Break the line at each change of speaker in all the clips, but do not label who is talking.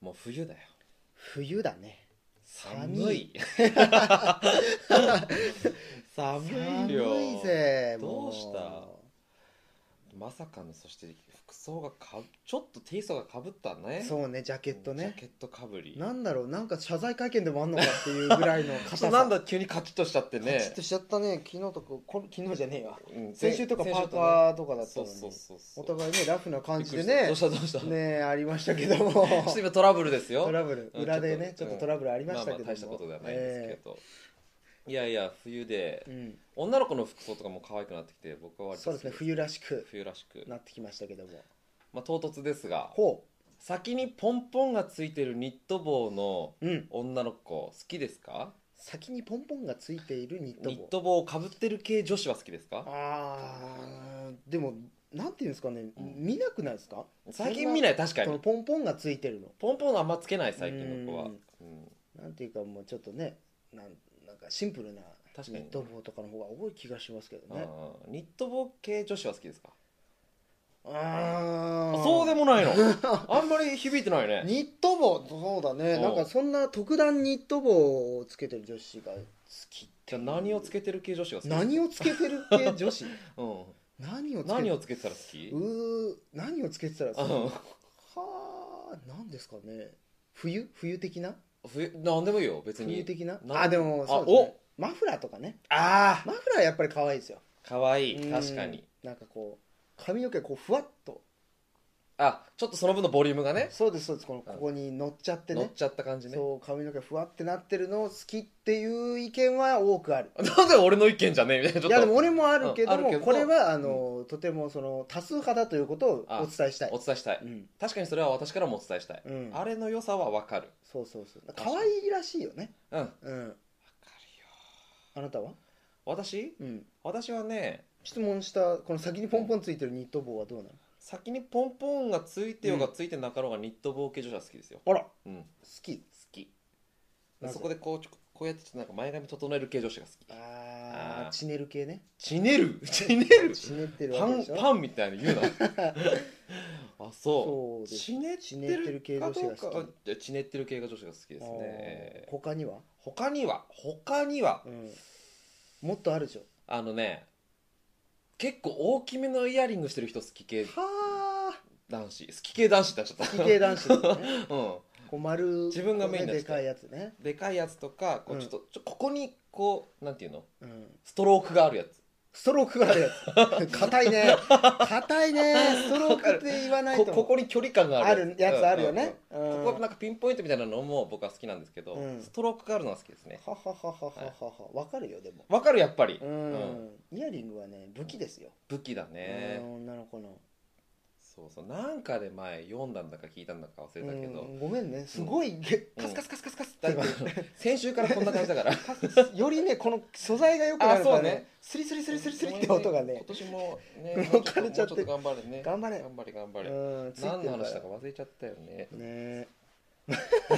もう冬だよ
冬だね
寒い 寒いよ
寒いぜ
どうした
も
まさかのそして服装がかぶちょっとテイストがかぶったね
うそうねジャケット
ジ
ね
ャケットかぶり
なんだろうなんか謝罪会見でもあんのかっていうぐらいの
ちょ
硬
っ
さ
となんだ急にカチッとしちゃって
カチ
ね
ッとしちゃったね昨日とかこ昨日じゃねえわ
うん
先週とかパ
先
ー
ね
カーとかだった
そ
の
う
に
そうそうそう
お互いねラフな感じで
び
ね
っくりしたどうしたどうした、
ねありましたけども
ちょっと今トラブルですよ
トラブル
うん
裏でねち
ち
ょ
ょ
っ
っ
と
と
トラブルありま
ま
し
あ
た
ま
け
あ
ども
大したことではないんですけど、いやいや冬で
ええうん
女の子の服装とかも可愛くなってきて僕は割と
そうですね冬らしく
冬らしく、
なってきましたけども
まあ、唐突ですが
ほ
先にポンポンがついてるニット帽の
ううん
女の子好きですか
先にポンポンがついているニット帽
ニット帽をかぶってる系女子は好きですか
あーでもなんていうんですかね、
うん
見なくないですか
最近見ないい確か
その
に
ポンポンがついてるの
ポンポンあんまつけない最近の子は
う
うんん、
なんていうかもうちょっとねなんなんかシンプルなニ
確かに
ット帽とかの方が多い気がしますけどね
あーニット帽系女子は好きですか
あー
そうでもない のあんまり響いてないね
ニット帽そうだね
うん
なんかそんな特段ニット帽をつけてる女子が好きって
じゃ
い
あ
う
何をつけてる系女子が好き
何をつけてる系女子
うん
何をつ けて
何
る
をつけてたら好き
うー何をつけてたら
うん
はあ何ですかね冬冬的な
冬なんでもいいよ別に
冬的な
な
あでも
あ
そうです、ね、マフラーとかね
あ
マフラーやっぱり可愛いですよ
あかわい
うん
い確かに
なんかこう髪の毛こうふわっと
あちょっとその分のボリュームがね
そうですそうですこのここに乗っちゃって
乗っ
ね
ちゃった感じね
そう髪の毛ふわってなってるのを好きっていう意見は多くある
なんで俺の意見じゃねえみ たいなちょっと
いやでも俺もあるけど
うん
も、
あるけど
これはあの、とてもその多数派だということをお伝えしたい
お伝えしたい
うん
確かにそれは私からもお伝えしたい、
うん
あれの良さはわかる
そうそうそう
かに
可愛いらしいよね
うんわか
うん
るよ
あなたは
私
うん
私はね
質問したこの先にポンポンついてるニット帽はどうなの
先にポンポンがついてようがついてなかろうがニット帽系女子は好きですよ
あら好
うん好
き
き
なぜ
そこでこうちょこうやってちょっとなんか前髪整える系女子が好き
ああ
あー
チネル系ね
ちねるち ねる
チネってる
パ
わけで
ン
しょ
パンみたいに言う なあ
そ
そうう
です
ちね
ちねってる系女子が好き
かどうかじゃあちねってる系女子が好きですね
あー他には、
他には他には
うん、もっとあるでしょ
あのね結構大きめのイヤリングしてる人好き系
はあ
男子好き系男子ってなっちゃった
奇形男子だ よね
うん
こう丸
自分がメイン
こう
だ
ね
し
でかいやつね、
でかいやつとかこ
う
うんちょっと、ちょここにこうなんていうの
うん、
ストロークがあるやつ
ストロークがあるや つ硬いね硬いねストロークって言わないと
こここに距離感が
あ
ある
るやつあるよね、
うんうんうんここ
は
なんかピンポイントみたいなのも僕は好きなんですけど、
うん
ストロークがあるのが好きですね
ははははははわかるよでも
わかるやっぱり、
うん、イヤリングはね武器ですよ、
武器だね、
うん女の子の
そうそうなんかで前読んだんだか聞いたんだか忘れたけど、
うんごめんねすごい、げカスカスカスカスカスって
だ から先週からこんな感じだから
カスカス よりねこの素材がよくなるからね
あそうね
スリスリスリスリスリって音が
今
ね
年もね
もう
もうちょ
枯れちゃっ
と
て
頑張れね
頑張れ
頑張れ頑張れ
うんついてる
何の話だ
か
から忘れちゃったよね
ね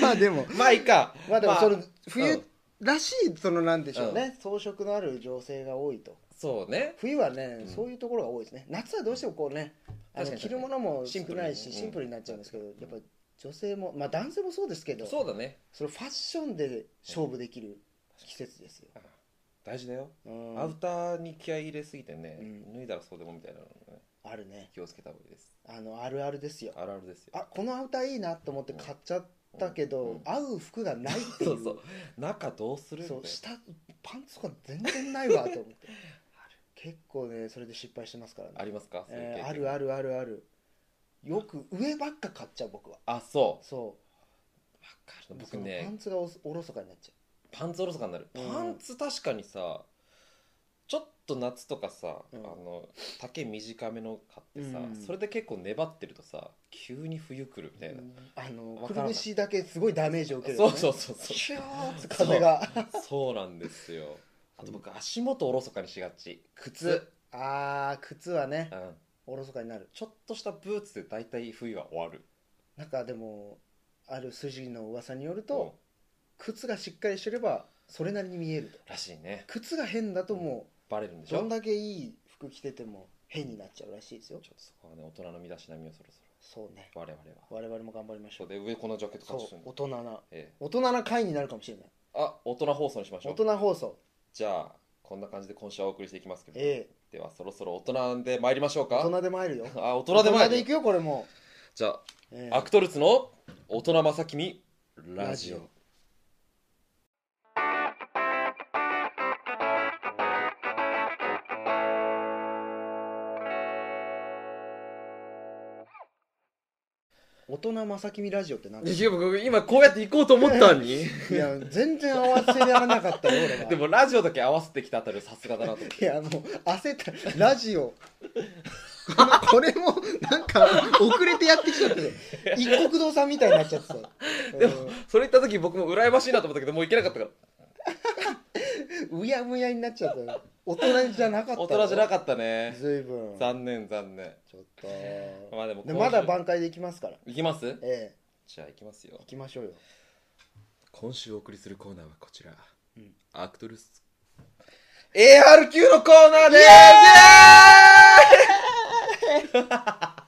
まあでも
まあいいか
まあでもその
う
冬
ん
らしいそのなんでしょうね、装飾のある女性が多いと
そうね
冬はね、
うん
そういうところが多いですね夏はどうしてもこうねあ
確
の
かに
着るものも
シ
少
ンプルに
ないしシン,、
うん
プルになっちゃうんですけど、やっぱ女性もまあ男性もそうですけど
そうだね
そのファッションで勝負できる季節ですよ、
大事だよ
うん
アウターに気合い入れすぎてね
うん
脱いだらそうでもみたいなのね
あるね
気をつけた方がいいです
あのあるあるですよ
あるあるですよ
あこのアウターいいなと思って買っちゃったけど、
うんうん
合う服がないっていう
そうそう中どうするみた
そ
いうな
下パンツとか全然ないわと思って結構ねそれで失敗してますからね
ありますかそういう経
え
験
ーあるあるあるあるよく上ばっか買っちゃう僕は
あそう
そ
わか
う
る
そ
僕
のパ
ね
ンツがおおろそかになっちゃ
パンツおろそかになる
うん
パンツ確かにさちょっと夏とかさあ
うん
の丈短めの買ってさ
うん
それで結構粘ってるとさ急に冬来るみたいうな
あの
わ
く
からな
る
い
ぶしだけすごいダメージを受けるよ
そ
ね、
うそうそうそう
キューッと風が
そうなんですよあと僕足元おろそかにしがち靴
靴、あー靴はね
うん、
おろそかになる
ちょっとしたブーツで大体冬は終わる
なんかでもある筋の噂によると、靴がしっかりしてればそれなりに見えると
うんらしいね
靴が変だとも
バレるん
う
でしょ
どんだけいい服着てても変になっちゃうらしいですよ
ちょっとそこはね大人の身だしなみをそろそろ
そうね
我々は
我々も頑張りましょ
そう
う
で上このジャケット買
そう
ってきたんだ
大人な
え
大人な回になるかもしれない
えあ大人放送にしましょ
大
う
人放送
じゃあこんな感じで今週はお送りしていきますけど、
ええ
ではそろそろ大人で参りましょうか
大人で参るよ
あ大人で参
で
る
行くよこれも
じゃあ
う、ええ
アクトルツの大人まさきみラジオ
ラジ大人まさきみラジオってなんか
いや僕今こうやって行こうと思ったのに
いや全然合わせられなかったよ俺は
でもラジオだけ合わせてきたあたりはさすがだなと思って
いやもう焦ったラジオこのこれもなんか遅れてやってきちゃって一国堂さんみたいになっちゃってた
でもそれ言った時僕も羨ましいなと思ったけどもう行けなかったから
うんうやむやになっちゃった大人じゃなかっ た
大人じゃな
っ
かったね
ずいぶんちょっ
残念残念
と
まあでも
でまだ
番
挽回できますから
いきます
ええ
じゃあ行きますよ
行きましょうよ
今週お送りするコーナーはこちら、
うん
アクトルス ARQ のコーナーでーす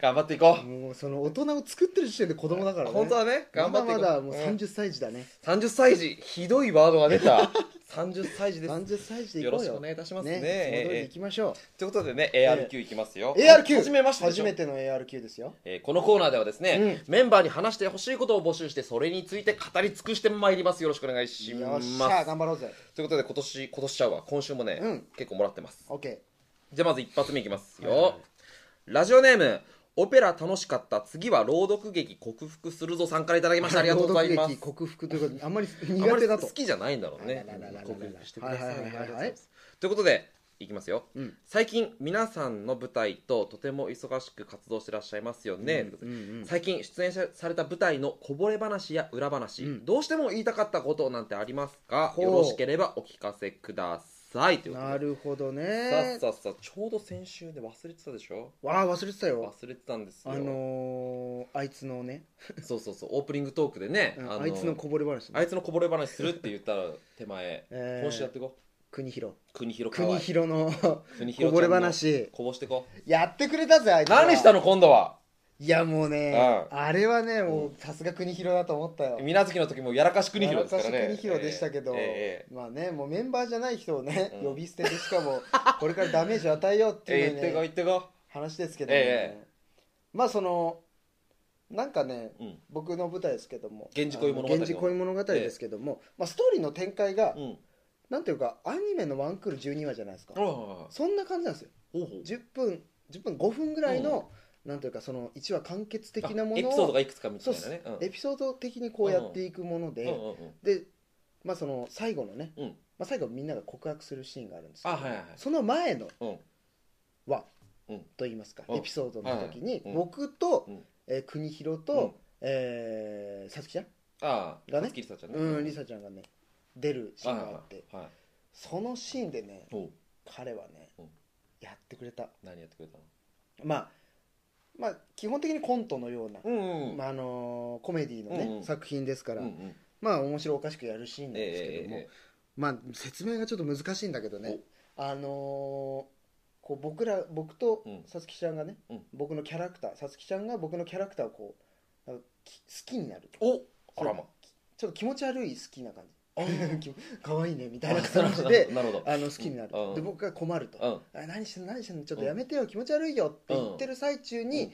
頑張っていこう
もうその大人を作ってる時点で子供だからね
本当はね頑張っていこう
まだまだもう
うん
30歳児だね、
30歳児ひどいワードが出た30歳児です
30歳児でい
よ
こ
ろ
う
し
よ
くお願いいたしますね
ねその通りでいきましょう、
ということでね ARQ いきますよ、
ARQ
初めましてでし
初
ょ
めての ARQ ですよ
えーこのコーナーではですね、メンバーに話してほしいことを募集してそれについて語り尽くしてまいりますよろしくお願いし
よ
ま
っ
す
しゃ頑張ろうぜ
ということで今年今年ちゃうわ今週もね、
うん
結構もらってます
オッケ
じゃあまず一発目いきますよ、
はいはい
ラジオネームオペラ楽しかった次は朗読劇克服するぞさんからいただき
ー
ましたありがとうございま
朗読
す
劇克服ということであんまり
あま
苦
り
手だと
好きじゃないんだろうね
あらららららら
克服してください
はいはいはいは
あ
い
りがとうございますということでいきますよ、
うん
最近皆さんの舞台ととても忙しく活動してらっしゃいますよね、ということで
うんうん
最近出演された舞台のこぼれ話や裏話、
うん
どうしても言いたかったことなんてありますか
ほう
よろしければお聞かせくださいということで
なるほどね
さあさあさあちょうど先週で忘れてたでしょ
わあ忘れてたよ
忘れてたんですよ
あのー、あいつのね、
そうそうそうオープニングトークでね、
うん
あの
あいつのこぼれ話、
あいつのこぼれ話するって言ったら手前
えー
今週やっていこ
国広
う国広かわ
国
いい
広の
国
こ
広ちゃんの
ぼれ話
こぼしてこう
やってくれたぜあいつは
何したの今度はい
やもうね
う
あれはねもうさすが国広だと思ったよ
水無月の時もやらかし国広ですからね
私国広でしたけど、
ええええ
まあねもうメンバーじゃない人をね、
うん
呼び捨てでしかもこれからダメージを与えようって
え
い
え
う、
言っ
ね
てこう言ってこ
話ですけどね、
え
まあそのなんかね
ううん
僕の舞台ですけども
源氏恋物語の
あの源氏恋物語ですけども、まあ、ストーリーの展開が、
うん
なんていうかアニメのワンクール12話じゃないですか、
はいはいはい
そんな感じなんですよ
ほうほう
10分10分5分ぐらいの、なんていうかその1話完結的なもの
あ
を
エピソードがいくつかみたいな
そうっ
ねうん
エピソード的にこうやっていくもので、
うんうんうん
で、まあ、その最後のね、
うん
まあ、最後みんなが告白するシーンがあるんですけど
あはいはいはい
その前の
うん
輪
うん
といいますか、
うん
エピソードの時に、
はいはいうん
僕と、
うん
えー国広と、
うん
えーさつきちゃん、
ああ
がね
松木梨沙ちゃんね
うん、りさちゃんがね出るシーンがあって、
はいはいはい
そのシーンでね
おう
彼はね、
うん
やってくれた
何やってくれたの
まあまあ基本的にコントのような、
うんうん
まああのーコメディのね、
うんうん
作品ですか
うん
ら、
うん
まあ面白おかしくやるシーンなん
ええ
ですけども、
えええ
まあ説明がちょっと難しいんだけどねあのーこう僕ら僕と
うん
さつきちゃんがね、
うん
僕のキャラクターさつきちゃんが僕のキャラクターをこうなんかき好きになる
えおあらま
ちょっと気持ち悪い好きな感
あ
じ き可愛いねみたいな
なる
感
ほ
じ
ど
で
なるほど
あの好きになる、
うん
で僕が困ると、
うん
あ何してんの何してんのちょっとやめてよ、気持ち悪いよって言ってる最中に、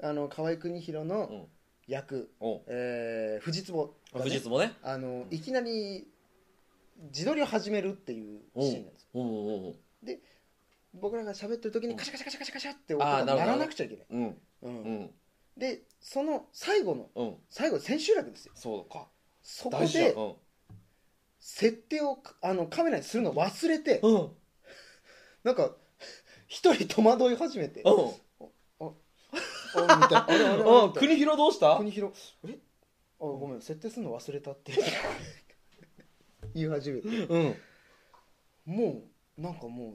あの河合邦弘
う
の
ん
役、
おう
えー、藤坪が、ね、
富士通もね
あの
うん
いきなり自撮りを始めるっていうシーンなんですよ
うんうんうん
僕らが喋ってる時
う
に
ん
カシャカシャカシャカシャカシャって音
あー
が
なるほ
鳴
ど
らなくちゃいけない、
うん
う
うんん
でその最後の
うん
最後千秋楽ですよ
そうか
そこ
大事だ
で
うん
設定をあのカメラにするの忘れて
うんうん
なんか一人戸惑い始めておみたいなあれあれ
うん
あれ
国広どうした
国広えあごめん設定するの忘れたって言い始めて
うん
もうなんかもう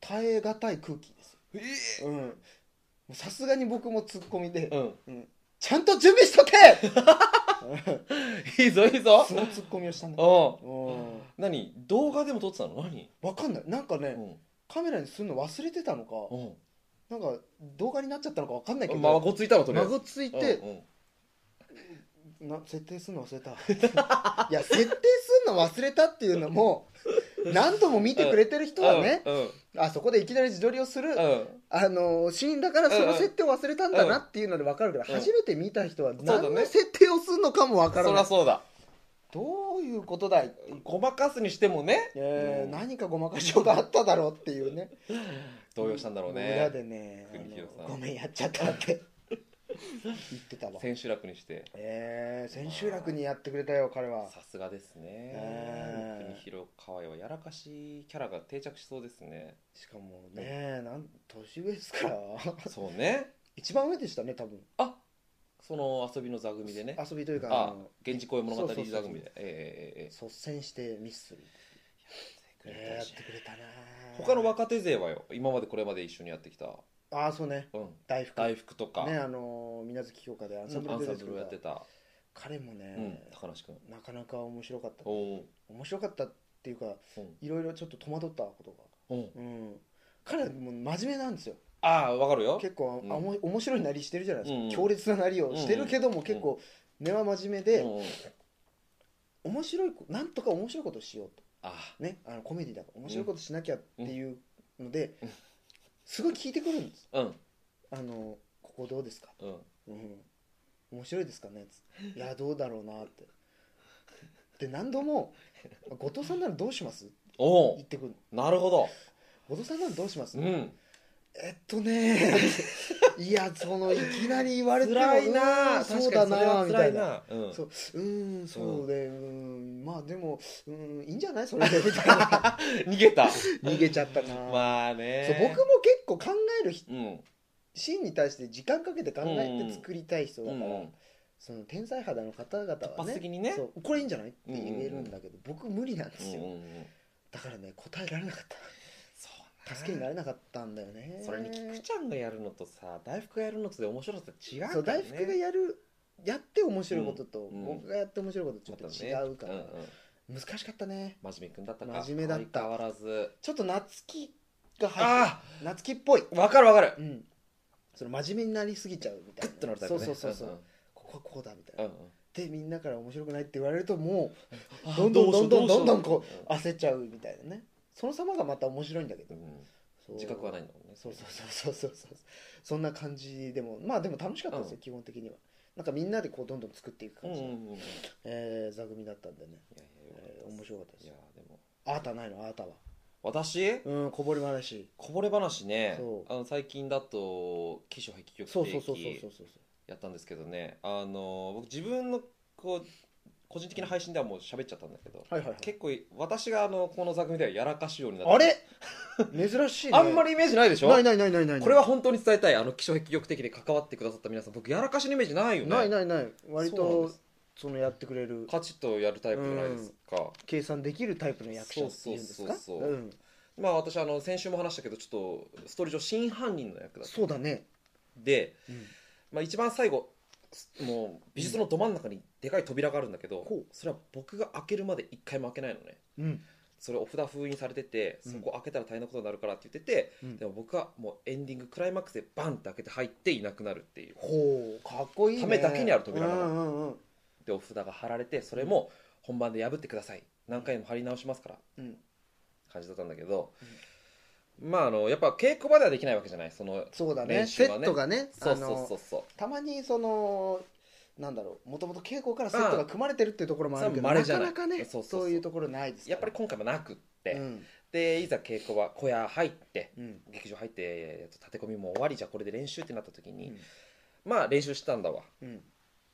耐え難い空気ですよ
ええ
うんもうさすがに僕もツッコミで、
うん
うんちゃんと準備しとけ
いいぞいいぞ
そのツッコミをしたね
うん
うん
何動画でも撮ってたの何
わかんないなんかね、
うん
カメラにするの忘れてたのか
うん
なんか動画になっちゃったのか分かんないけど、
まあごついたのとりあえず
孫ついて
う、んうん
な設定すんの忘れた いや設定すんの忘れたっていうのも何度も見てくれてる人はね、
うん
あそこでいきなり自撮りをする、
うん
あのシーンだからその設定を忘れたんだなっていうので分かるけど、
うん
初めて見た人は
うだね
何の設定をするのかも分から
そり
な
ゃ
い、
そうだ
どういうことだい、
ごまかすにしてもね
えー
うん
何かごまかしようがあっただろうっていうね
動揺したんだろう
も裏
ね
でねあ
国広さん
のごめんやっちゃったって言ってたわ
千秋楽にして
えー、千秋楽にやってくれたよ彼は
さすがですね
え
国広河合はやらかしキャラが定着しそうです ね
しかもねなん年上ですから
そうね
一番上でしたね多分
あその遊びの座組でね
遊びというかあ
あ
の
源氏恋物語座
そう
組
そ
で
うそう
えええええ
率先してミスする
え
えーやってくれたな
他の若手勢はよ今までこれまで一緒にやってきた、
ああそうね
うん、
大福
大福とか、
ねあのー水無月京香でアンサンブ
ア
ル
ン
で
サ
出
ン
て
ブ
く
ル
れ
やったてた、
彼も
うん
ね、
高梨君
なかなか面白かった
おお
面白かったっていうか
うん
いろいろちょっと戸惑ったことが
うん
うん彼はもう真面目なんですよ
ああわかるよ
結構、
うん
あおも面白いなりしてるじゃないですか、
うんうん
強烈ななりをしてるけども、
ん
結構根は真面目で、
うんうん
面白いこなんとか面白いことしようと
あ
ねあのコメディだから面白いことしなきゃっていうので、
うん
すごい聞いてくるんです
あうん
「あのここどうですか?
うん」
うん「面白いですかね?つって」いやどうだろうな」ってで何度も「後藤さんならどうします?」
おお
言ってくるの
なるほど
後藤さんならどうします
うん
えっとね いやそのいきなり言われても
辛いな
うん
あ
そうだなあみたいな
確かにそれは辛いなうん
そううーんそうでうーんまあでもうーんいいんじゃないそれでみたいな
逃げた
逃げちゃったな、
まあ
そう
ね
僕も結構考えるひ
うん
シーンに対して時間かけて考え
うん
て作りたい人だ
う
から、
んうん
その天才肌の方々
突
は
発
ね
的にね
そうこれいいんじゃないって言えるんだけど、僕無理なんで
うん
すよ、
うんうん
だからね答えられなかっ
そう
た
な
助けになれなかったんだよね
それに菊ちゃんがやるのとさ大福がやるのとで面白さ違うからね
そう大福がやるやって面白いことと、
うんうん
僕がやって面白いことちょっと違うから、
またねうんうん
難しかったね
真面目くんだったか
真面目だった
相変わらず
ちょっと夏希が入って
あ
る夏希っぽい、
あわかるわかる
うん、その真面目になりすぎちゃうみたい
グッ
な
となるタイプね
そうそうそうそう、ここはこうだみたいな、
うんうん
でみんなから面白くないって言われるとも
うん
うどんどんどんどんどんどん
どう
こ
しよ
う焦っちゃうみたいなねその様がまた面白いんだけど
うう
そうん
自覚はないんだもんね
そうそうそうそうそうそうそんな感じでもまあでも楽しかったですよ、
うん
基本的にはなんかみんなでこうどんどん作っていく
うん
感
うん
じ、
うんいやい
えー、座組だったんでね、
やよかった
えー面白かったで
い
す
やでも
あなたないのあなたは
私
うんこぼれ話
こぼれ話ね
そう
あの最近だと「起承壁曲
そう
定
そうそうそう
期
そうそう
やったんですけどねあの僕自分のこう個人的な配信ではもう喋っちゃったんだけど
はいはいはい
結構私があのこの座組ではやらかしようになって
あれ珍しい、ね、
あんま
り
りイメージないでしょ
ないないないないない
これは本当に伝えたいあの気象壁力的で関わってくださった皆さん僕やらかしのイメージないよね
ないないない割
そうなん
と
です
そのやってくれる
カチッとやるタイプじゃないですか、
計算できるタイプの役者っていうんですか
そうそうそうそ
ん
まあ私あの先週も話したけどちょっとストーリー上真犯人の役だった
そうだね、
で、
うん
まあ、一番最後もう美術のど真ん中にでかい扉があるんだけど、
ほう
それは僕が開けるまで一回も開けないのね
うん
それお札封印されてて
うん
そこ開けたら大変なことになるからって言ってて、
うん
でも僕はもうエンディングクライマックスでバンって開けて入っていなくなるっていう
ほうかっこいい、ね、
ためだけにある扉
う
だから
んうんうん
でお札が貼られてそれも本番で破ってください何回も貼り直しますから
うん
感じだったんだけど、まああのやっぱ稽古場ではできないわけじゃないその
そうだね
練
セ
習は
ッ
ね
トがね
そう
あ
そう
の
そうそう
たまにそのなんだろうもともと稽古からセットが組まれてるっていうところもあるけ
そ
ど
れは
な
稀じゃ
か
ない
なかね
そ
そうう
そうそう
いうところないです
やっぱり今回もなくって、
うん
でいざ稽古場小屋入って
うん
劇場入ってえっと立て込みも終わりじゃあこれで練習ってなった時
う
に、
ん
まあ練習したんだわ
うん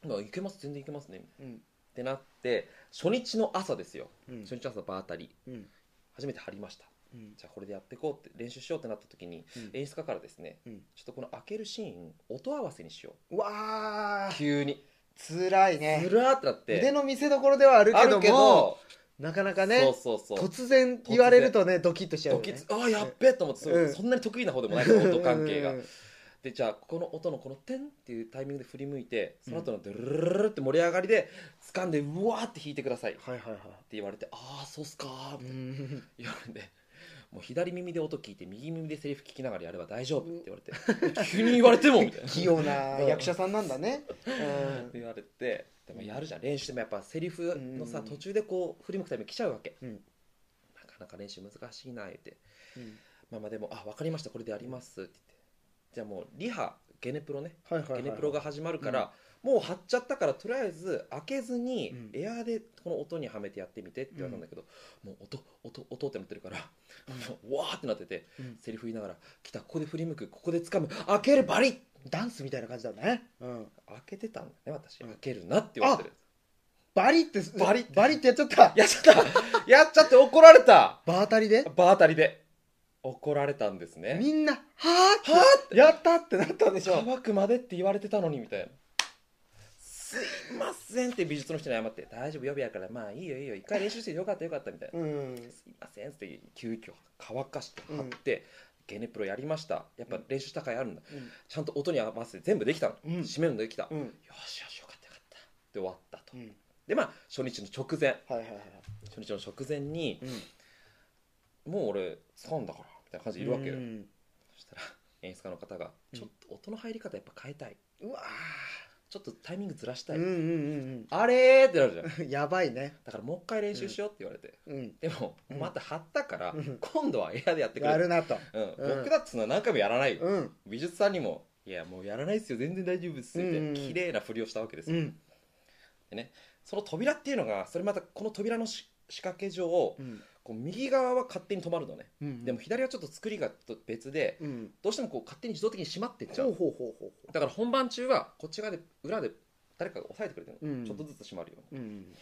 まあいけます全然いけますねみたいな
うん
ってなって初日の朝ですよ、
うん
初日の朝場当たり
うん
初めて貼りました
うん
じゃあこれでやっていこうって練習しようってなった時に、
うん
演出家からですね、
うん
ちょっとこの開けるシーン音合わせにしよ
うわ
う
ー
急に
つらいね
ずらーってなって
腕の見せ所ではあるけどもなかなかね
そうそうそう
突然言われるとねドキッとしちゃう
ドキ
よね
ッああやっべえと思ってそう
うん
そんなに得意な方でもないから音関係が
うん
でじゃあこの音のこの「テン」っていうタイミングで振り向いてその後のドゥルルルルルって盛り上がりで掴んでうわーって弾いてくださいって
はいはいはい
言われてああそうっすかーって
うん
言われてもう左耳で音聞いて右耳でセリフ聞きながらやれば大丈夫って言われて急に言われてもみ たいな
器用な
うん
役者さんなんだね、
って言われてでもやるじゃん練習でもやっぱセリフのさ
うん
途中でこう振り向くタイミング来ちゃうわけ
うん
なかなか練習難しいな言って
うん
まあまあでも「あ分かりましたこれでやります」って言ってじゃあもうリハゲネプロね
はいはいはい
ゲネプロが始まるから、もう貼っちゃったからとりあえず開けずに
うん
エアーでこの音にはめてやってみてって言われたんだけど、もう音音音ってなってるから もうわーってなってて
うん
セリフ言いながら「来たここで振り向くここで掴む開けるバリッ!」
ダンスみたいな感じだね、うん、
開けてたんだね私、
うん
開けるなって言われてる
バリって
バリって
バリってやっちゃった
やっちゃったやっちゃって怒られた
バータリで
場当たりで怒られたんですね
みんな「はあ」
は
ってやったってなったんでしょ
乾くまでって言われてたのにみたいな「すいません」って美術の人に謝って「大丈夫予備やからまあいいよいいよ一回練習してよかったよかった」みたいな
う
「
ん
すいません」って急遽乾かして貼って、ゲネプロやりましたやっぱ練習した甲斐あるんだちゃんと音に合わせて全部できたの、
うん
締めるのできた、
う
よし
ん
よしよかったよかったで終わったと、
うん
でまあ初日の直前
はいはいはい
初日の直前に
うん
もう俺掴んだからみたいな感じでいるわけよ、
うん
そしたら演出家の方が「
うん
ちょっと音の入り方やっぱ変えたい」
うわ
ちょっとタイミングずらした
ー
い」
うんうん
あれーってなる じゃん
うんやばいね
だからもう一回練習しようって言われて、
うん
でも
うん
また貼ったから、
うん
今度はエアでやってく
や
れ
るなと
うん
うん
僕だってそんな何回もやらないよ、
うん
美術さんにも「いやもうやらないですよ全然大丈夫です」みたい
うん
な
う
ん綺麗なふりをしたわけです
う
よ、
ん
その扉っていうのがそれまたこの扉のし仕掛け上こ
うん
う右側は勝手に止まるのね、
うん
でも左はちょっと作りが別で
うん
どうしてもこう勝手に自動的に閉まってっちゃ
ほ
う
うほうほうほ
だから本番中はこっち側で裏で誰かが押さえてくれてるの、
うん
ちょっとずつ閉まるように
ううん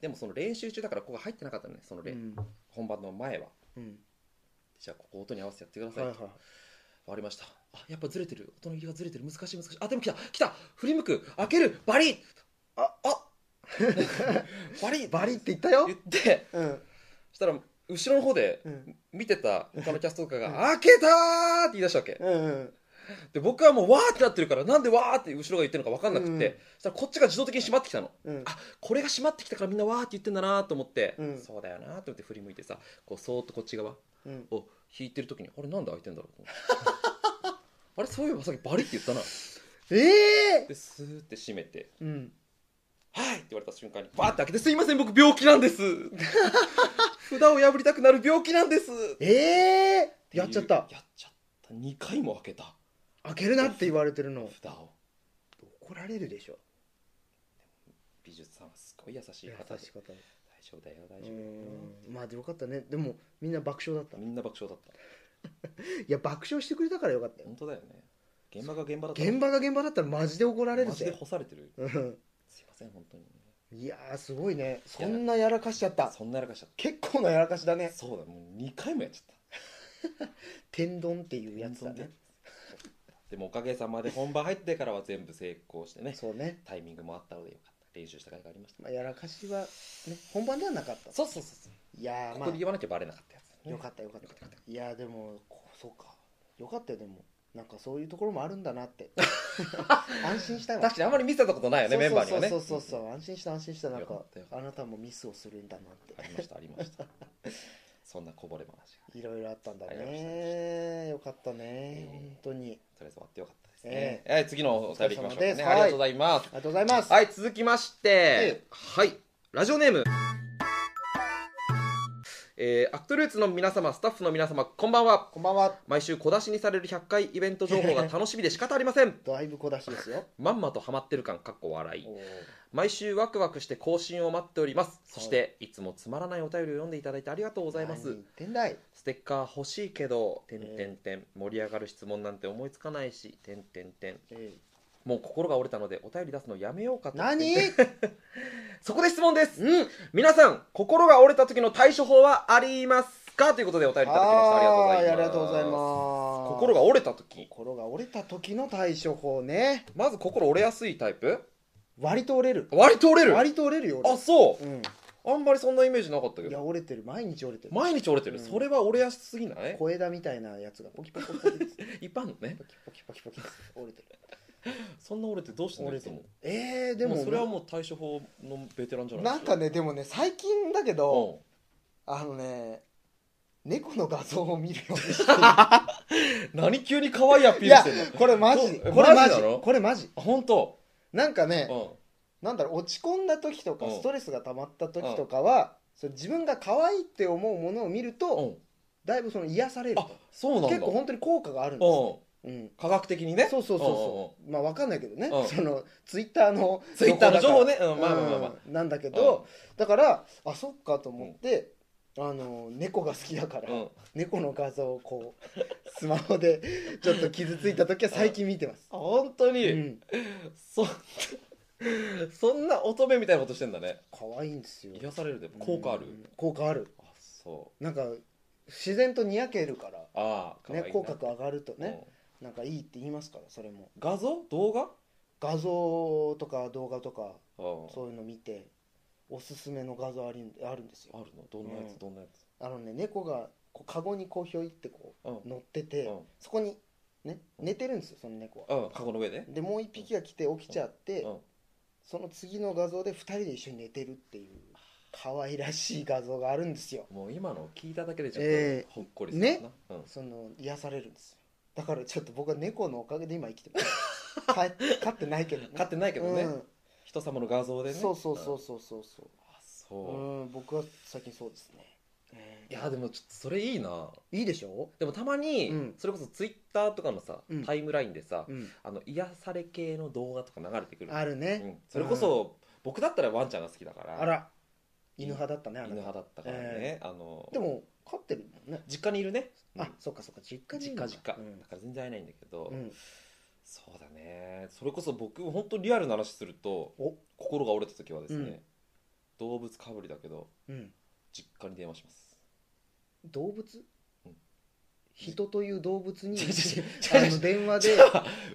でもその練習中だからここが入ってなかったのねその
う
例、
ん
本番の前は
うん
じゃあここ音に合わせてやってくださ、
はいい
わ
はい
かりましたあやっぱずれてる音の入りがずれてる難しい難しいあでも来た来た振り向く開けるバリッあ あバリッ
バリって言ったよ
言って
うん
そしたら後ろの方で
うん
見てた他のキャストとか
うん
が「開けた!」って言い出したわけ
うんうん
で僕はもうわーってなってるからなんでわーって後ろが言ってるのか分かんなくて、
うん
そしたらこっちが自動的に閉まってきたの
うん
あこれが閉まってきたからみんなわーって言ってんだなと思って、
うん
そうだよなと思って振り向いてさこうそーっとこっち側
うん
を引いてる時にあれなんで開いてんだろうと思って あれそういえばさっきバリって言ったな
ええ
でスーって閉めて
うん
「はい!」って言われた瞬間にバーって開けて「すいません僕病気なんです 札を破りたくなる病気なんです」
ええ
ていう
やっちゃった
やっちゃった2回も開けた
開けるなって言われてるの
札を
怒られるでしょ
美術さんはすごい優しい
優
方で
しかった
大丈夫だよ大
う
丈夫だよ
んまあよかったねでもみんな爆笑だった
みんな爆笑だった
いや爆笑してくれたからよかったよ
本当だよね現場が現場だった
現場が現場だったらマジで怒られる
マジで
ぜ
干されてる
うん
すいません本当に
いやーすごいねそんなやらかしちゃった
そんなやらかしちゃっ
結構なやらかしだ
た
ね
そうだもう2回もやっちゃった
天丼っていうやつだ
本当に
ね
でもおかげさまで本番入ってからは全部成功してね
そうね、
タイミングもあったのでよかった練習した甲斐がありました
まあ、やらかしは、ね、本番ではなかった
そうそうそうそう
いやー
こ
ま
こで言
あ
わなきゃバレなかったやつ、
よか
っ
ったよかった
よかったよか
いやーでもこそうかよかったよでもなんかそういうところもあるんだなって 安心した
た
わ
確かにあんまり見せたことないよねメンバーにはね
そうそうそうそうそう安心した安心したなん
よか
か
ったよか
あなたもミスをするんだなって
ありましたありましたそんなこぼれ話が
いろいろあったんだ
ありました
ね。よかったね
え。え
本当に。
とりあえず終わってよかったですね、はい次のお便りいきましょうか
お
ね
疲れ様です
ありがとうございます
ありがとうございます。
はい、続きまして
え、
はい、ラジオネーム。えーアクトルーツの皆様、スタッフの皆様、こんばんは。
こんばんは。
毎週小出しにされる100回イベント情 報が楽しみで仕方ありません。
だいぶ小出しですよ。
まんまとハマってる感、かっこ笑い
お。ー
毎週ワクワクして更新を待っております。そして、い、つもつまらないお便りを読んでいただいてありがとうございま
何
す
言っ。てんだい。
ステッカー欲しいけど、てん
え
てんてん、盛り上がる質問なんて思いつかないし、てんてんてん。
え
もう心が折れたので、お便り出すのやめようか
え
と。
何？
そこで質問です。
うん。
皆さん心が折れた時の対処法はありますかということでお便りいただきました
あ
あ
ー
り
あ
が
り
と
がと
うご
う
ざ
ござ
い
い
ます
ます。
心が折れた時
心が折れた時の対処法ね。
まず心折れやすいタイプ
割と折れる。
割と折れる
割と折れるよ。。
あそう
うん。
うあんまりそんなイメージなかったけ
いや
ど
折れてる。毎日折れてる。
毎日折れてる、
うん
それは折れやすすぎない
小枝みたいなやつがポキポキポキポキポキ
いっぱいあるのね
ポキポキポキ折れてる。
そんな折れてどうしてんの
折れ
いつ
てる
も。
ええ
で
で
も
も
それはもう対処法のベテランじゃない
なんかねでもね最近だけど。
う
あのね猫の画像を見るようにして
何急に可愛いアピー
い
ル
や
してんの
これマジ
そう
これ
マ
マ
ジ
ジ
なの
これマジ
あ本当
なんかね
うん
なんだろう落ち込んだ時とか
うん
ストレスが溜まった時とかはそれ自分が可愛いって思うものを見る
う
と
ん
だいぶその癒される
あそうなんだ
結構本当に効果があるんです
うん
ようん
科学的にね
そうそうそうそうまあわかんないけどね
うん
そのツイッターの
ツイッターの情報
ね
ねうんまあまあまあまあ
なんだけどだからあそっかと思ってあの猫が好きだから
うん
猫の画像をこうスマホでちょっと傷ついた時は最近見てます、
本当
う
に
ん、
そんな そんな乙女みたいなことしてんだね
可愛いんですよ
癒されるで効果ある
効果ある
あそ
なんか自然とにやけるから
うああ可愛い
ね
な
口角上がると
う
ね
ん
なんかいいって言いますからそれも
画像動画
画像とか動画とか
そ
そういうの見ておすすめの画像ありんあるんですよ
あるのどんなやつ、
うん
どんなやつ
あのね猫がこうカゴにこうひょいってこ
うん
う乗ってて、
うん
そこにね寝てるんですよその猫
う
は、
ん、カゴの上で
でもう一匹が来て起きちゃって、
うん
その次の画像で2人で一緒に寝てるっていう可愛らしい画像があるんですよ
もう今の聞いただけでちょっ
え
とほっこりするな、
ね
うん、
その癒されるんですよだからちょっと僕は猫のおかげで今生きてます 飼え飼ってないけどね
飼ってないけどね、
うん
人様の画像でね
そうそうそうそうそうそ
あ
う、
そう、
うん、僕は最近そうですね、
いやでもちょっとそれいいない
いでしょ
でもたまに、
うん
それこそツイッターとかのさ、
うん
タイムラインでさ、
う、ん、
あの癒され系の動画とか流れてくる、
ある
う
ね、
ん、それこそ、僕だったらワンちゃんが好きだから
あら犬派だったねあ
犬
なた
派だったからね、あの
でも飼ってるもんね、
実家にいるね、うん
あそっかそっか実家に
実
いるの
家
か
実家、だから全然会えないんだけど、
うんうん、
そうだねそれこそ僕本当リアルな話すると
お
心が折れた時はですね、動物かぶりだけど
うん、
実家に電話します
動物、
うん
人という動物に
違う違
あ
う違う違う
の電話で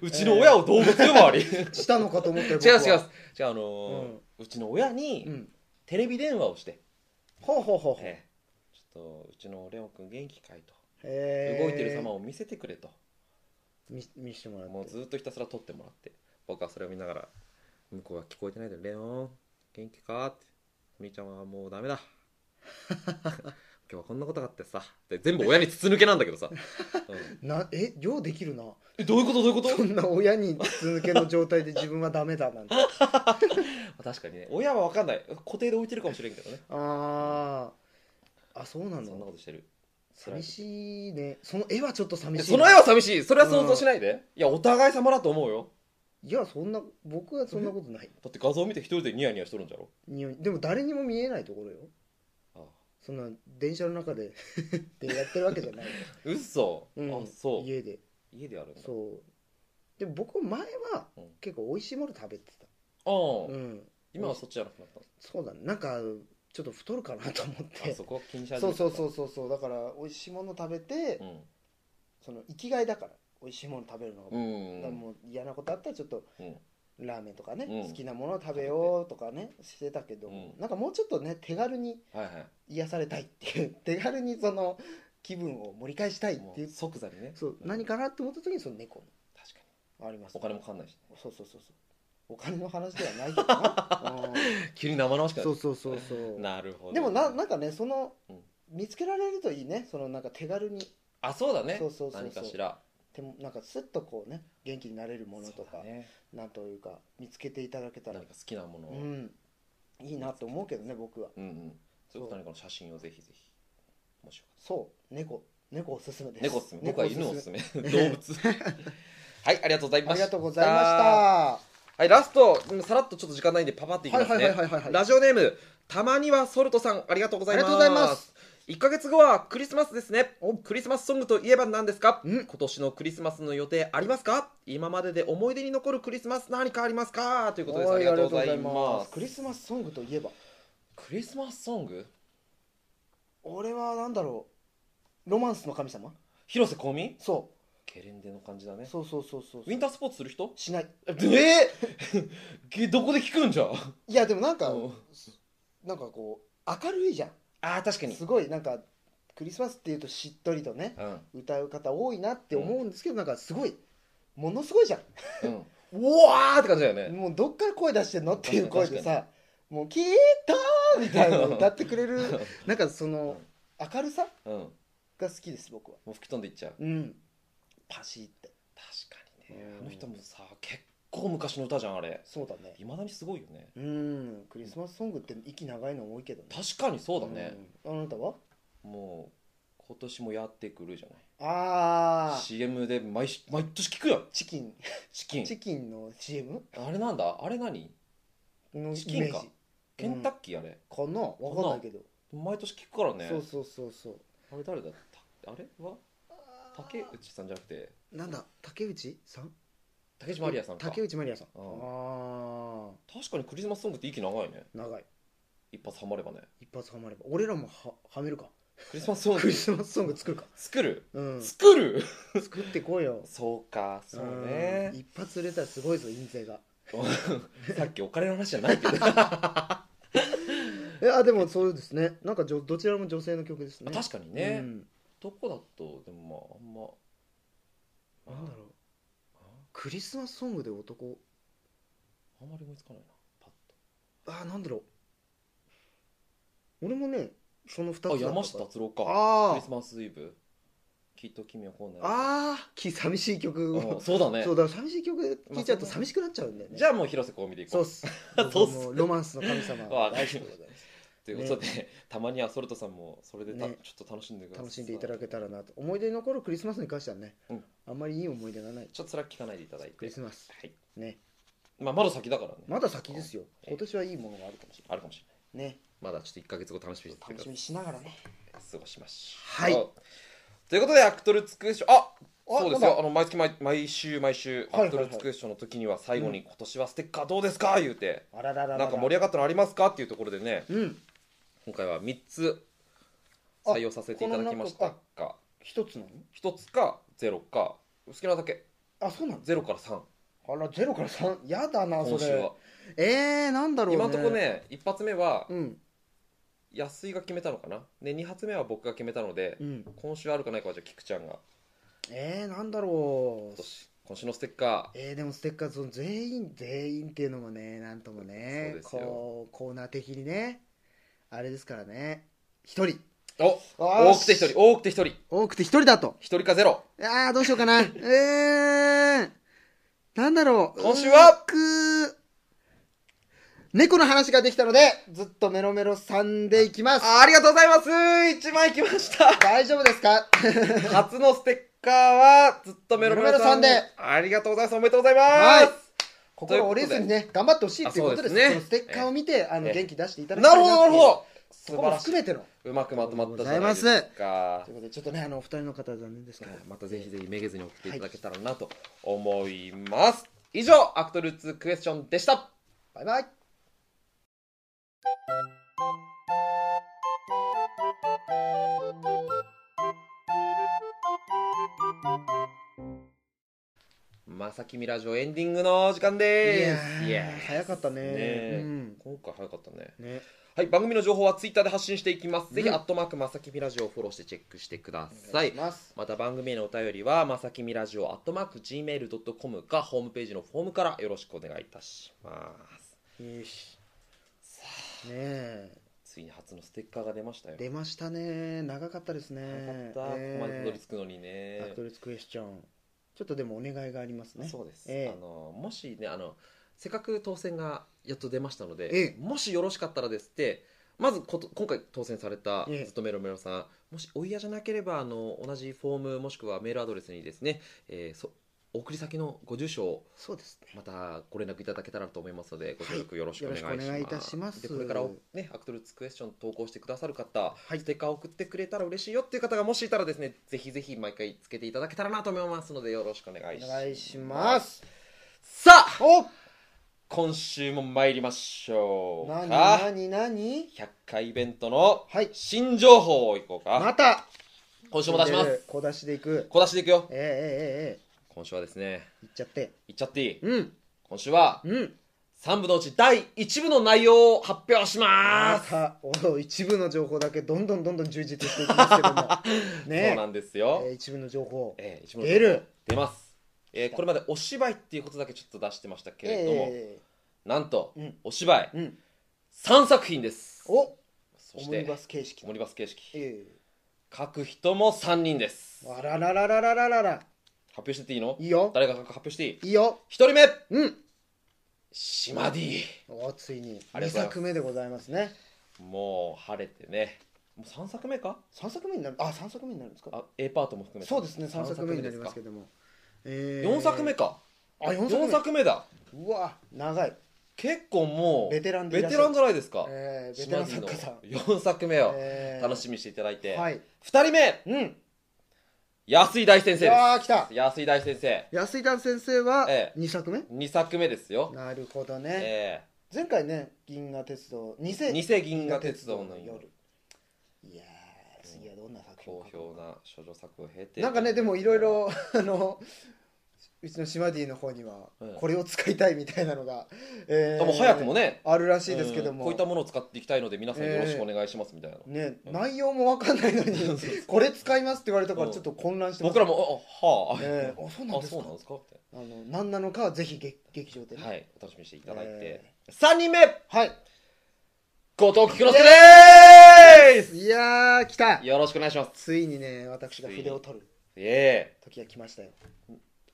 うちの親を動物呼ばわり違う違う
したのかと思ったよ 僕
違
は
う違うあのー
うん
うちの親
う
に
ん、
テレビ電話をして、
ほうほうほうほう、
ええちょっとうちのレオン君元気かいと、
へー
動いてる様を見せてくれと
見見してもら
もう
って
ずっとひたすら撮ってもらって僕はそれを見ながら向こうは聞こえてないで「レオン元気か?」って「お兄ちゃんはもうダメ だ今日はこんなことがあってさ」で全部親に筒抜けなんだけどさ、うん
なえ量できるな
えどういうことどういうこと
そんな親に続けの状態 で自分はダメだなんて
まあ確かにね親は分かんない固定で置いてるかもしれんけどね
あーあそうな
そ
の
んなことしてる
寂しいねその絵はちょっと寂
いや
しい
その絵は寂しいそれは想像しないで、いやお互い様だと思うよ
いやそんな僕はそんなことない
だって画像を見て一人でニヤニヤしとるんじゃろ
匂いでも誰にも見えないところよ
ああ
そんな電車の中で ってやってるわけじゃ ない、
うっそ、
うん、
あそう家
家で
でやるんだ
そうでも僕前は
うん
結構美味しいもの食べて
あ
た
あ、
うん
今はそっちじゃなくなった
そうだねなんかちょっと太るかなと思って
あそこは気にし始
そ
め
う
た
そうそうそうそうだから美味しいもの食べて、
うん
その生きがいだから美味しいもの食べるのが、
う
だ
ん
からもう嫌なことあったらちょっと
うん
ラーメンとかね、
うん
好きなものを食べようとかねしてたけど、
うん
なんかもうちょっとね手軽に
はいはい
癒されたいっていう 手軽にその気分を盛り返したいっていう
即座にね
そう何かなって思った時にその猫
確かに
あります
お金もかかんないし
そうそうそうそうお金の話ではないけ どな、う
急に生々しく
ん
なる
そうそうそうそう
なるほど
でもななんかねその、
うん
見つけられるといいねそのなんか手軽に
あそうだね
そうそうそうそう
何かしら
でもなんかスッとこうね元気になれるものと
そう
か、
だね
なんというか見つけていただけたら
何か好きなものを
う
うん
んいいなと思うけどね僕は
うんそういうこと何かの写真をぜひぜひもしよかったら
そう猫猫おすすめです
猫おすすめ僕は犬おすすめ動物 はいありがとうございました
ありがとうございました
はいラストうんさらっとちょっと時間ないんでパパっていきますね、
はいはいはいはいはい
ラジオネームたまにはソルトさんありがとうございます
ありがとうございます
1ヶ月後はクリスマスですね
お
クリスマスソングといえば何ですか
うん
今年のクリスマスの予定ありますか今までで思い出に残るクリスマス何かありますかということですあ
は
り
い
がとうござい
ありがとうござい
ま
ますクリスマスソングといえば
クリスマスソング
俺はなんだろうロマンスの神様
広瀬香美
そ
ゲレンデの感じだ
う
ね
そうそうそうそう
ウィンタースポーツする人
しない
ええげどこで聞くんじゃ
いやでもなんか
うん
なんかこう明るいじゃん
あー確かに
すごいなんかクリスマスっていうとしっとりとね
うん
歌う方多いなって思うんですけど、なんかすごいものすごいじゃん
うん、うわーって感じだよね
もうどっから声出してんのっていう
確か
声
に
でさ「もうきっと!」みたいなの歌ってくれるなんかその明るさ
うん
が好きです僕は
もう吹き飛んでいっちゃう
うんパシーって
確かに
う
ね
ん
あの人もさ結構昔の歌じゃんあれ
そうだね
いまだにすごいよね
うんクリスマスソングって息長いの多いけどね
確かにそうだね、
うんあなたは
もう今年もやってくるじゃない
ああ
CM で毎し毎年聞くよ
チキン
チキン
チキンの CM
あれなんだあれ何
のイメー
チキン
ジ
か
か
ケンタッキーあれ、
な分かんないけど
毎年聞くからね
そうそうそうそう
あれ誰だたあれは竹内さんじゃなくて
なんだ竹内さん
竹内まりやさんか
竹
確
内まりやさん
うん
ああ
かにクリスマスソングって息長いね
ー長い
一発ハマれ ばね
一発はまれば俺らもははめるか
クリスマス ソン
ク
グ
リスマスソング作るか
作る
うん
作る
作ってこいよ
そうかそう
うん
ね
一発売れたらすごいぞ印税が
さっきお金の話じゃないけど
いやでもそうですねなんかじょどちらも女性の曲ですね
確かにね、
うん
どこだとでもまああんま
なんだ
う
ろうクリスマスソングで男
あんまり思いつかないなパッ
あーなんだろう俺もねその2つだ
と
っ
あ
たから
山下達郎かク
あ
リスマスイブきっと君はこうな
あ
る
あーき寂しい曲
うんそうだね
そうだから寂しい曲聴いちゃうと
まあ
寂しくなっちゃうんだよね
じゃあもう広瀬香美でいこ
そう
う
っす
そうっす
僕もロマンスの神様
わかり
大
まし
好
た
きでございます
ということで、たまにはソルトさんもそれでた、
ね
ちょっと楽しんでください
楽しんでいただけたらなと思い出に残るクリスマスに関してはね、
うん
あんまりいい思い出がない
ちょっとそれは聞かないでいただい
ク
て
リスマス
はい
ね
まあまだ先だからね
まだ先ですよ
ええ
今年はいいものがあるかもしれ
あるかもしれない
ないね
まだちょっと1か月後楽しみにしてください
にしながらね
過ごしまし
はい
ょうということでアクトルツクエスションあ
あ
そうです
なん
よ
だ
あの毎月毎毎週毎週
はい
ア
はいはい
クトルツクエスションの時には最後に今年はステッカーどうですか言うて
あらららら
なんか盛り上がったのありますかっていうところでね
うん
今回は3つ
あ
採用させていただきました
こ
が
一つなの
1つか0か好きなだけ
あそうなの
0から3
あらゼロから三やだなそ
今週は
れえー、なんだろうね
今のところね一発目は
うん
安井が決めたのかなで二発目は僕が決めたので、
うん
今週あるかないかはじゃあ菊ちゃんが
えー、なんだろ
今
う
年今週のステッカ
えー、でもステッカーその全員全員っていうのもねなんともね
そうですよ
こうコーナー的にねあれですからね一人
ーお
あー
多くて一人多くて一人
多くて一人だと
一人かゼロ
ああどうしよう かなえー、なんだろう
今週は
うーく猫の話ができたのでずっとメロメロさんでいきます
あーありがとうございます一枚きました
大丈夫ですか
初のステッカーはずっとメロメロさん
メロメロさん
ありがとうございますおめでとうございます、
はい
という
心
こ
折
とで
れずにね頑張ってほしいっていうことで
あそう
す
ですね
そのステッカーを見てあの
ええ
元気出していただきた
ないるほどなるほ
ど
ど
そ
素晴
こも
らし
含
い
めての
うまくまとまったじゃないですか
ということでちょっとねあのお二人の方は残念ですけど
またぜひぜひめげずに送っていただけたらなと思います、以上アクトルーツクエスチョンでした
バイバイ
まさきみラジオエンディングの時間です
い
イエ
やー
ーイ
早かったね
え
うん
今回早かったね
ね
はい番組の情報はツイッターで発信していきます、ぜひ
うん
アットマークまさきみラジオをフォローしてチェックしてくだ
お
さい
願いします
また番組へのお便りはまさきみラジオアットマーク Gmail.com かホームページのフォームからよろしくお願いいたします
よしねえ
ついに初のステッカーが出ましたよ
出ましたね長かったですね
よかった、ここまでたどり
く
着くのにね
アクトレスクエスチョンちょっとでもお願いがありますね
そうです、
ええ
あのもしねあのせっかく当選がやっと出ましたので、
ええ
もしよろしかったらですってまずこと今回当選された
ええ
ずっとメロメロさん、もしお嫌じゃなければあの同じフォームもしくはメールアドレスにですね、えーそお送り先のご住所を
そうですね
またご連絡いただけたらと思いますのでご協力よろしくお願いします,、
よろしくお願いいたします
でこれからおねアクトルーツクエスチョン投稿してくださる方、
はい
ステッカーを送ってくれたら嬉しいよっていう方がもしいたらですねぜひぜひ毎回つけていただけたらなと思いますのでよろしくお願いしま
お
す
願いします
さあ
お
今週も参りましょう
何
か
何何
100回イベントの
はい
新情報をいこうか、
また
今週も出します
小出しでいく
小出しでいくよ
えええええ
今週はですね
えいっちゃって
いっちゃっていい
うん
今週は
うん
3部のうち第1部の内容を発表しま、
ますたお一部の情報だけどんどんどんどん充実していきますけどもね
そうなんですよ、
えー一部の情報
えー一部の
出る
出ます、えーこれまでお芝居っていうことだけちょっと出してましたけれども、
え
なんと、
うん
お芝居
ーうん
3作品です
お
そ
オ
し
ムニ
て
バス形式
オムニバス形式
え
書く人も3人です
あらららららららら
発表してっていいの
いいよ
誰が書くか発表していい
いいよ
1人目
うん
シマディ
おついに
あり
2
がとうございます
作目でございますね
もう晴れてねもう3作目か
3作目になるあ三作目になるんですか
あ A パートも含めて
そうですね3作目になりますけ
ど
どもえ
4作目
か
か
あ4
4
作
作
目
目だ
うわ長い
結構もう
ベテランでい
ベ
らっ
テ
しゃる
ランじゃないですか、
えーベテ
島
ラン
津
作
の
家さん
4作目を
えー
楽しみにしていただいて、
はい
2人目
うん
安井大先生で
ああ来た
す安井大先生
安井田先生は
え
2作目
2作目ですよ、
なるほどね
え
前回ね銀河鉄道
ー、
2000
偽銀河鉄道の夜
いやー次はどんな作品
好
か
評な処女作を経て
なんかねでもいろいろ あのうちのシマディの方には
うん
これを使いたいみたいなのが、え
で
ー
も早くもね
あるらしいですけども、
うんこういったものを使っていきたいので皆さんよろしくお願いしますみたいな、
ね、
うん
内容もわかんないのに
そうそうそう
これ使いますって言われたからちょっと混乱してます
僕らもああはあ、
えーあそうなん
あ
です
そ
か
うなんですかって
あの何なのかはぜひ劇劇場でね、
はいお楽しみにしていただいて
え、
三3人目
はい
後藤菊之助で
いやー来た
すよろしくお願いします
ついにね私が筆を取る
ええ
時が来ましたよ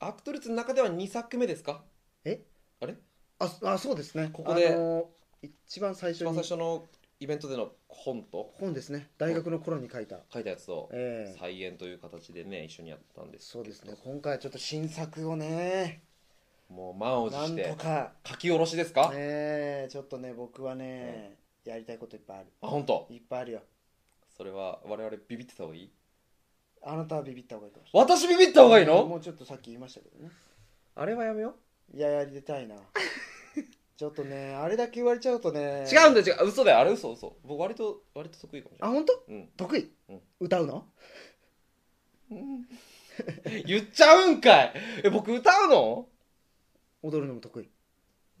アクトルツの中では2作目ですか
え
あれ
ああそうですね
ここで
あのー一番最
一
初
番
に
最初のイベントでの本と
本ですね大学の頃に書いた、
書いたやつを
ええ
再演という形でね一緒にやったんです
そうですね今回はちょっと新作をね
もう満を持
な
し
ん
て
とか
書き下ろしですか、
ねえちょっとね僕はね、やりたいこといっぱいある
あ本当
いっぱいあるよ
それは我々ビビってた方がいい
あなたはビビった方がいいかもしれない
私ビビった方がいい
も
の
うちょっとさっき言いましたけどね
あれはやめよ
いややり たいなちょっとねあれだけ言われちゃうとね
う違うんだよ違う嘘だよあれ嘘嘘僕割と割と得意かもしれ
あ
ない
本当
うん
得意、
うん
歌うの
言っちゃうんかいえ僕歌うの
踊るのも得意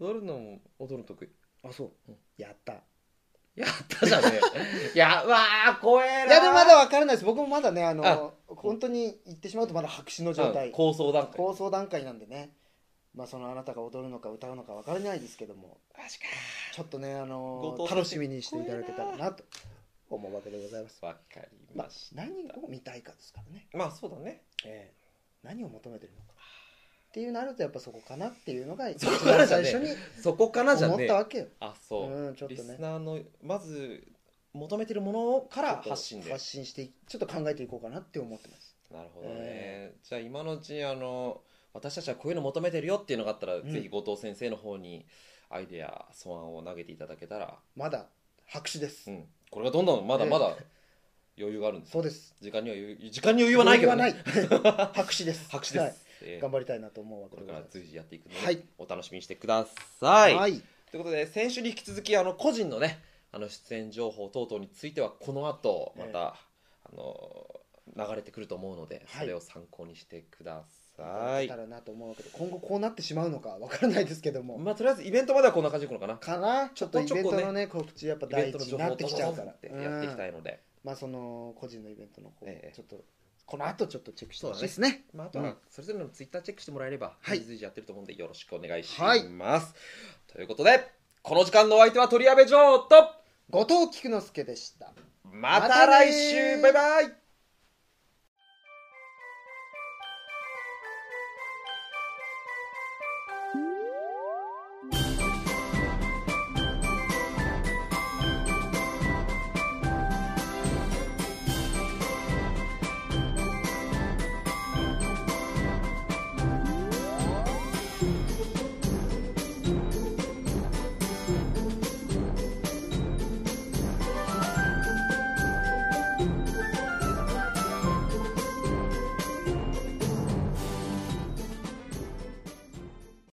踊るのも踊るの得意
あそう、
うん
やった
やったじゃねえ やわあ怖え
い
ない
やでもまだ分からないです僕もまだねあの
あ
本当に言ってしまうとまだ白紙の状態、
うん構想段階
構想段階なんでねまあそのあなたが踊るのか歌うのか分からないですけども
マジ
ちょっとねあ
後
の
藤先生
楽しみにしていただけたらなと思うわけでございます
かわかり
まあ
ました
何を見たいかですからね
まあそうだね
ええ何を求めてるのかっていうなるとやっぱそこかなっていうのが 一
そう
番最初に
そこからじゃ
思っ
ね
た
え
わけよ、
あそう、
うんちょっと
リ
ね
スナーのまず求めてるものから
ちょっと
発信で
発信していちょっと考えていこうかなって思ってます
なるほどね、
え
じゃあ今のうちにあの私たちはこういうの求めてるよっていうのがあったら、
ん
ぜひ後藤先生の方にアイデア素案を投げていただけたら、
まだ白紙です、
うん、これがどんどんまだまだ余裕があるんですよ
そうです
時間には余裕時間に余裕はないけど、ね、
余裕は ない白紙です
白紙です、
はい
えー
頑張りたいなと思うわけ
こ
で
れ
ご
か
ざ
ら
います
随時やっていくので、
はい
お楽しみにしてください、
はい
ということで先週に引き続きあの個人のねあの出演情報等々についてはこの後また、あの流れてくると思うので、
は
そ
い
れを参考にしてくださ
やっ
い
たらなと思うわけで今後こうなってしまうのかわからないですけども、
まあとりあえずイベントまではこんな感じでいくのかな
かなちょっとイベント
ちょ
の
こ
ね告知やっぱ
イベ
第
ン
一
トの
に
情
な
報
っ
を
て
ド
き
ド
ち
ド
ゃ
ン
う
っ
から
てやっていきた
うん
いので、
まあその個人のイベントの方
ええ
ちょっとこの後ちょっとチェックしてほしい
そうだね
ですね
まあ、あと
うん
はそれぞれのツイッターチェックしてもらえれば、
はい
随時やってると思うんでよろしくお願いします、
はい
ということでこの時間のお相手は鳥矢部城と
後藤菊之助でした
また来週
またねー
バイバイ